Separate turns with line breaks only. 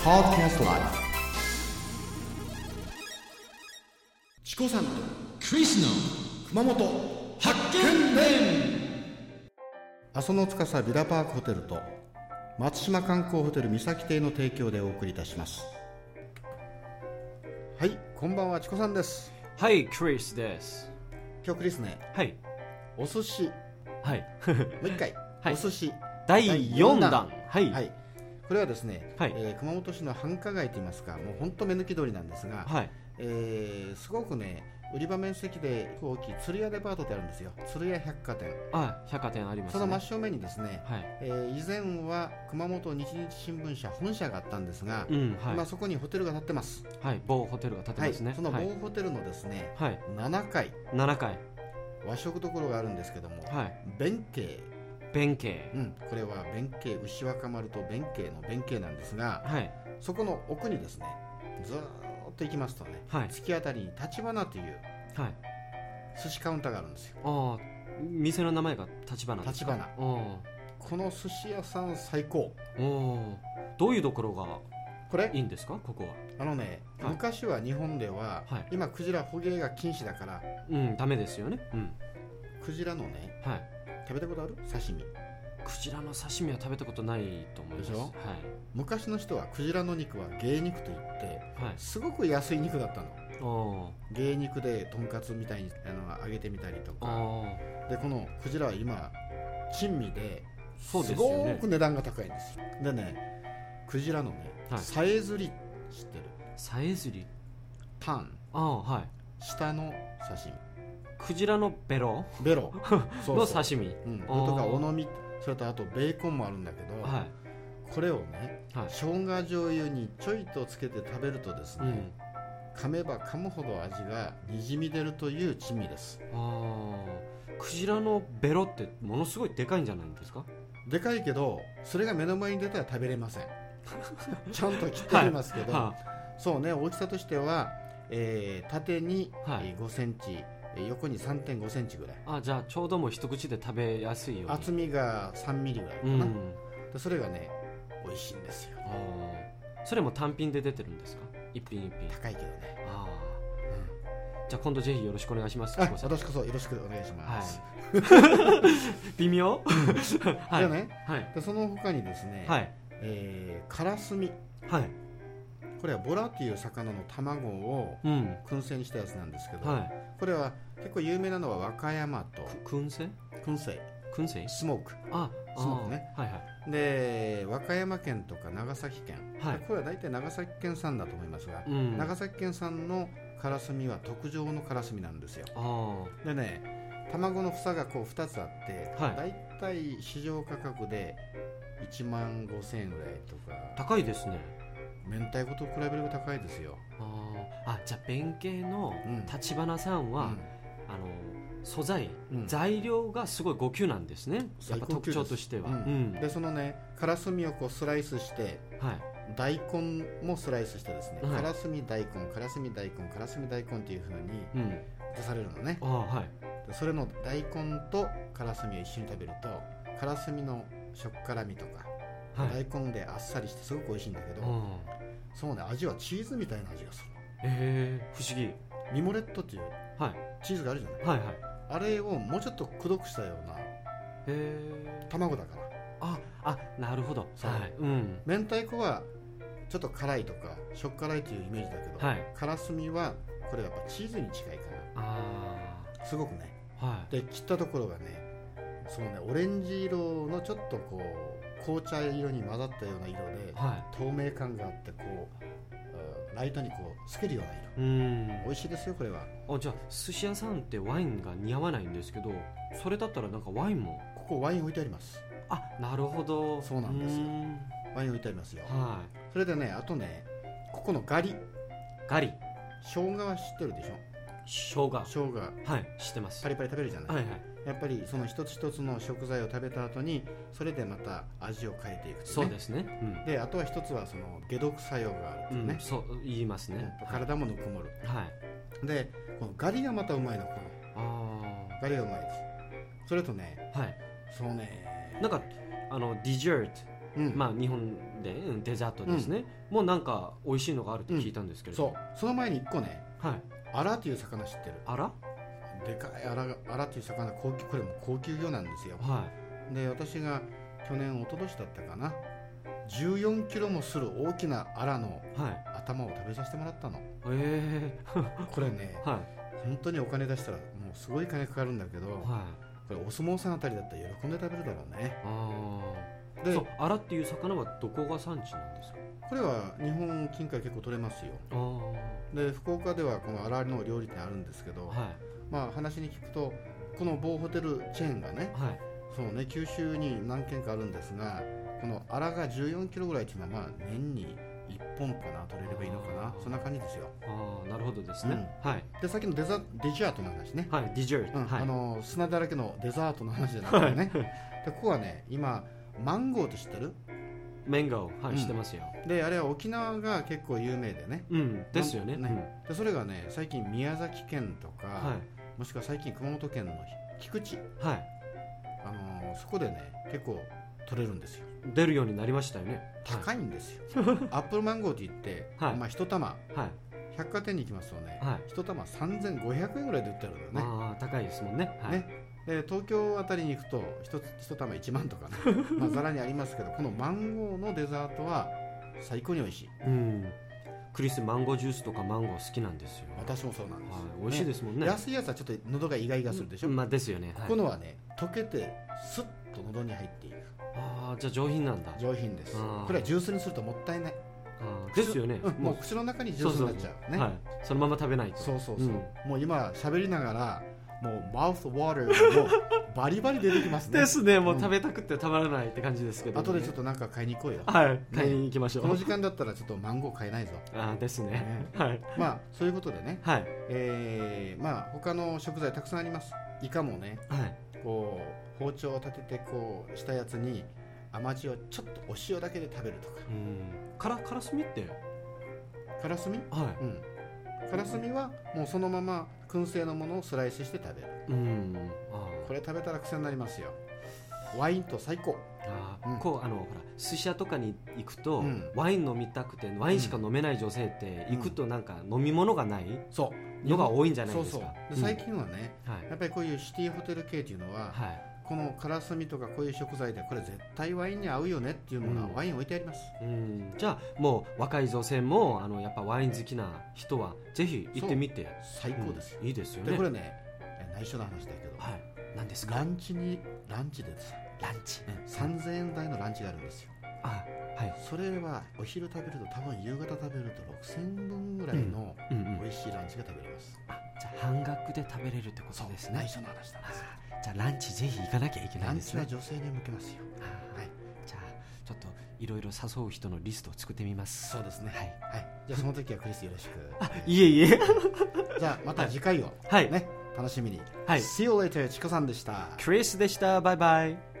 Podcast Live チコさんと
クリスの
熊本
発見伝
阿蘇の司ビラパークホテルと松島観光ホテル三崎邸の提供でお送りいたしますはいこんばんはチコさんです
はいクリスです
今日クリスね
はい
お寿司も
はい
う一回、
はい
お寿司
第四弾はい
はいこれはですね、
はい
えー熊本市の繁華街といいますかもう本当目抜き通りなんですが、
はい
えーすごくね売り場面積で大きい鶴屋デパートってあるんですよ鶴屋百貨店
あ百貨店あります
そ
ね
の真正面にですね、
はい
えー以前は熊本日日新聞社本社があったんですが、
うんはい、
今そこにホテルが建ってます
はい某ホテルが建てますね
はい、その
はい
某ホテルのですね、
はい
7階
七回
和食どころがあるんですけども、
はい
弁慶、
弁慶
うん、これは弁慶牛若丸と弁慶の弁慶なんですが
はい
そこの奥にですねずーっと行きますとね、
はい
突き当たりに立花という
はい
寿司カウンターがあるんですよ
あー店の名前が立花です
立
か
花
お
この寿司屋さん最高
ーおーどういうところが
これ
いいんですかここは
あのね、
はい
昔は日本では、
はい
今クジラ捕鯨が禁止だから
うんダメですよねうん
クジラのね
はい
食べたことある刺身
クジラの刺身は食べたことないと思います
でしょ
は
昔の人はクジラの肉は芸肉といって
いはい
すごく安い肉だったの
おー
芸肉でとんかつみたいにあの揚げてみたりとか
あ
でこのクジラは今珍味で
ー
す
そうですよ
ご
ね
く値段が高いんですでねクジラのね、
はい
さえずり知ってる
さえずり
タン
ああはい
下の刺
クジラのベロ
身ベ ロそう
の
そう
刺身
うん、
あー
とかおのみそれとあとベーコンもあるんだけど、
は
これをね
いはい
生姜醤油にちょいとつけて食べるとです
う
ね、
ん
噛めば噛むほど味がにじみ出るという珍味です
あークジラのベロってものすごいでかいんじゃないんですか
でかいけどそれが目の前に出たら食べれま せんちゃんと切ってありますけど、
は
そうね大きさとしては、えー縦に
はい
5センチ、えー横に3 5センチぐらい
ああじゃあちょうどもう一口で食べやすいように
厚みが3ミリぐらいか
う
な、
ん
でそれがね美味しいんですよ
あーそれも単品で出てるんですか一品一品
高いけどね、
あ
う
あ
ん
じゃあ今度ぜひよろしくお願いします
あ
千葉さん
私こそよろしくお願いしま
は
す、
い微妙は
じ
い
ゃあね
はい
でその他にですね、
はい
えーカラスミ
はい
これはボラっていう魚の卵を
うん
燻製にしたやつなんですけど、
はい
これは結構有名なのは和歌山と
く燻製
燻製
燻製
スモーク
ああ
スモークね
はいはい
で和歌山県とか長崎県、
はい
これは大体長崎県産だと思いますが、
うん
長崎県産のカラスミは特上のカラスミなんですよ
あ
でね卵の房がこう2つあって、
はい
大体市場価格で1万5000円ぐらいと
あ
か
高いですね
明太子と比べると高いですよ、
あーあじゃあ弁慶の
うん
立花さんは、
うん
あの素材、
うん
材料がすごい5級なんですねやっ
最
ぱ
高級で
特
す
徴としては、
う
うんん
でそのねからすみをこうスライスして
はい
大根もスライスしてですね、
はい
からすみ大根からすみ大根からすみ大根っていうふうに
うん、
出されるのね
ああはい
でそれの大根とからすみを一緒に食べるとからすみのしょっからみとか、
はい、
大根であっさりしてすごく美味しいんだけど、
うん、
そうね味はチーズみたいな味がす
えー、不思議、
るミモレットっていう
はい、
チーズがあるじゃない
はいはい
あれをもうちょっとくどくしたような
えー、
卵だから
ああなるほど
そう
はい、うん、
明太子はちょっと辛いとかしょっ辛いというイメージだけど、
はい
からすみはこれやっぱチーズに近いか
あ
らすごくね
あはい
で切ったところがねそうねオレンジ色のちょっとこう紅茶色に混ざったような色で
は
透明感があってこううんライトにこう透けるような色
いうん
美味しいですよこれは
あじゃあ寿司屋さんってワインが似合わないんですけどそれだったらなんかワインも
ここワイン置いてあります
あなるほど
そうなんですよ
ん
ワイン置いてありますよ
は
それでねあとねここのガリ
いガリ
生姜は知ってるでしょ
生姜は
生姜
い知ってます
パ
はい
リパリ食べるじゃない
はい
やっぱりその一つ一つの食材を食べた後にそれでまた味を変えていくといね
そうですねうん
であとは一つはその解毒作用があるっていう
う
ね
ん、、そう言いますね
うん体もぬくもる
はい
でこのガリがまたうまいのこの
あ
ガリがうまいですそれとね
あはい
そうね
なんかあのディジェート
うん
まあ日本でうんデザートですね、もうなんか美味しいのがあるって聞いたんですけれ
そ
ど、
うその前に1個ね
はい
アラっていう魚知ってる
あら
でかいアラがアラっていう魚高級これも高級魚なんですよ
は
で私が去年一昨年だったかな1 4キロもする大きなアラの
いはい
頭を食べさせてもらったの
え
これね
えはい
本当にお金出したらもうすごい金かかるんだけどこ
はい
れお相撲さんあたりだったら喜んで食べるだろうね
ああ
で
そうアラっていう魚はどこが産地なんですか
これは日本近海結構取れますよ
ああ
で福岡ではこのアラの料理店あるんですけど、
は
まあ話に聞くとこの某ホテルチェーンがね
いはい
そうね九州に何軒かあるんですがこのアラが1 4キロぐらいっていうのはまあ年に1本かな取れればいいのかなそんな感じですよ
ああなるほどですね、はい
でさっきのデザデジャートの話ね、
はいディジェ
う
ル
ん
はい
あの砂だらけのデザートの話じゃなくてね、でここはね今マンゴーって知ってる
メンガをは
うん
いしてますよ
であれは沖縄が結構有名でね
うんですよね
ねでそれがね最近宮崎県とか、
うんはい
もしくは最近熊本県の菊池、
はい
あのーそこでね結構取れるんですよ
出るようになりましたよね
高いんです よ、アップルマンゴーって言って、
はい
まあ一玉
はいはい
百貨店に行きますとね、
はい
一玉3500円ぐらいで売ってあるんだよね
ああ高いですもんねはい
ねで東京あたりに行くと一つ一玉1万と かねまあざらにありますけどこのマンゴーのデザートは最高に美味しい
うんクリスマンゴージュースとかマンゴー好きなんですよ
私もそうなんです、
はい美味しいですもんね
安いやつはちょっと喉がイガイガするでしょ、
まあですよね
こ
はい
このはね溶けてスッと喉に入っていく
ああじゃあ上品なんだ
上品です
あー
これはジュースにするともったいない
あーですよね
うんもう
う
口の中にジュースになっちゃうね
はいそのまま食べないと
そうそうそう、
うん
もう今喋りながらもうマウスウォーターがもうバリバリ出てきますね
ですねも
う
うん食べたくてたまらないって感じですけど
後でちょっ
っ
となんか買いに行こうよ
とはい買いに行きましょう、
この時間だったらちょっとマンゴー買えないぞ、
あーですね
ね
はい
まあそういうことでね、
はい
えーまあ他の食材たくさんありますイカもね
はい
こう包丁を立ててこうしたやつに甘塩ちょっとお塩だけで食べるとか
うんからからすみって
からすみ
は
うんからすみはもうそのまま燻製のものをスライスして食べる
いうんあ
これ食べたら癖になりますよワインと最高
ーあー
うん
こうあのほら寿司屋とかに行くと、
うん
ワイン飲みたくてワインしか飲めない女性って
うん
行くとなんか飲み物がない
そう
のが多いんじゃないですか
そうそう
うん
で最近はね、
はい
やっぱりこういうシティホテル系っていうのは、
はい
このからすみとかこういう食材でこれ絶対ワインに合うよねっていうものは
うん
ワイン置いてあります、
うん、じゃあもう若い女性もあのやっぱワイン好きな人はぜひ行ってみて
最高ですよ、
うんいいですよね
でこれねえ内緒の話だけど、
はい何です
ラ
か
ンチにランチでです
ランチ
3000円台のランチがあるんですよ
あはい
それはお昼食べると多分夕方食べると6000円分ぐらいの
うんう
美
ん
味しいランチが食べれます、
あじゃあ半額で食べれるってことですね
内緒の話なんですよ
あじゃあランチぜひ行かなきゃいけな
ラ
い
ン
です
チは
ね
女性に向けますよ
あ
はい
じゃあちょっといろいろ誘う人のリストを作ってみます
そうですね
はい
はいじゃあその時はクリスよろしく
あいえいえ
じゃあまた次回を
はい
ね楽しみに
はい
See you later チコさんでした
クリスでしたバイバイ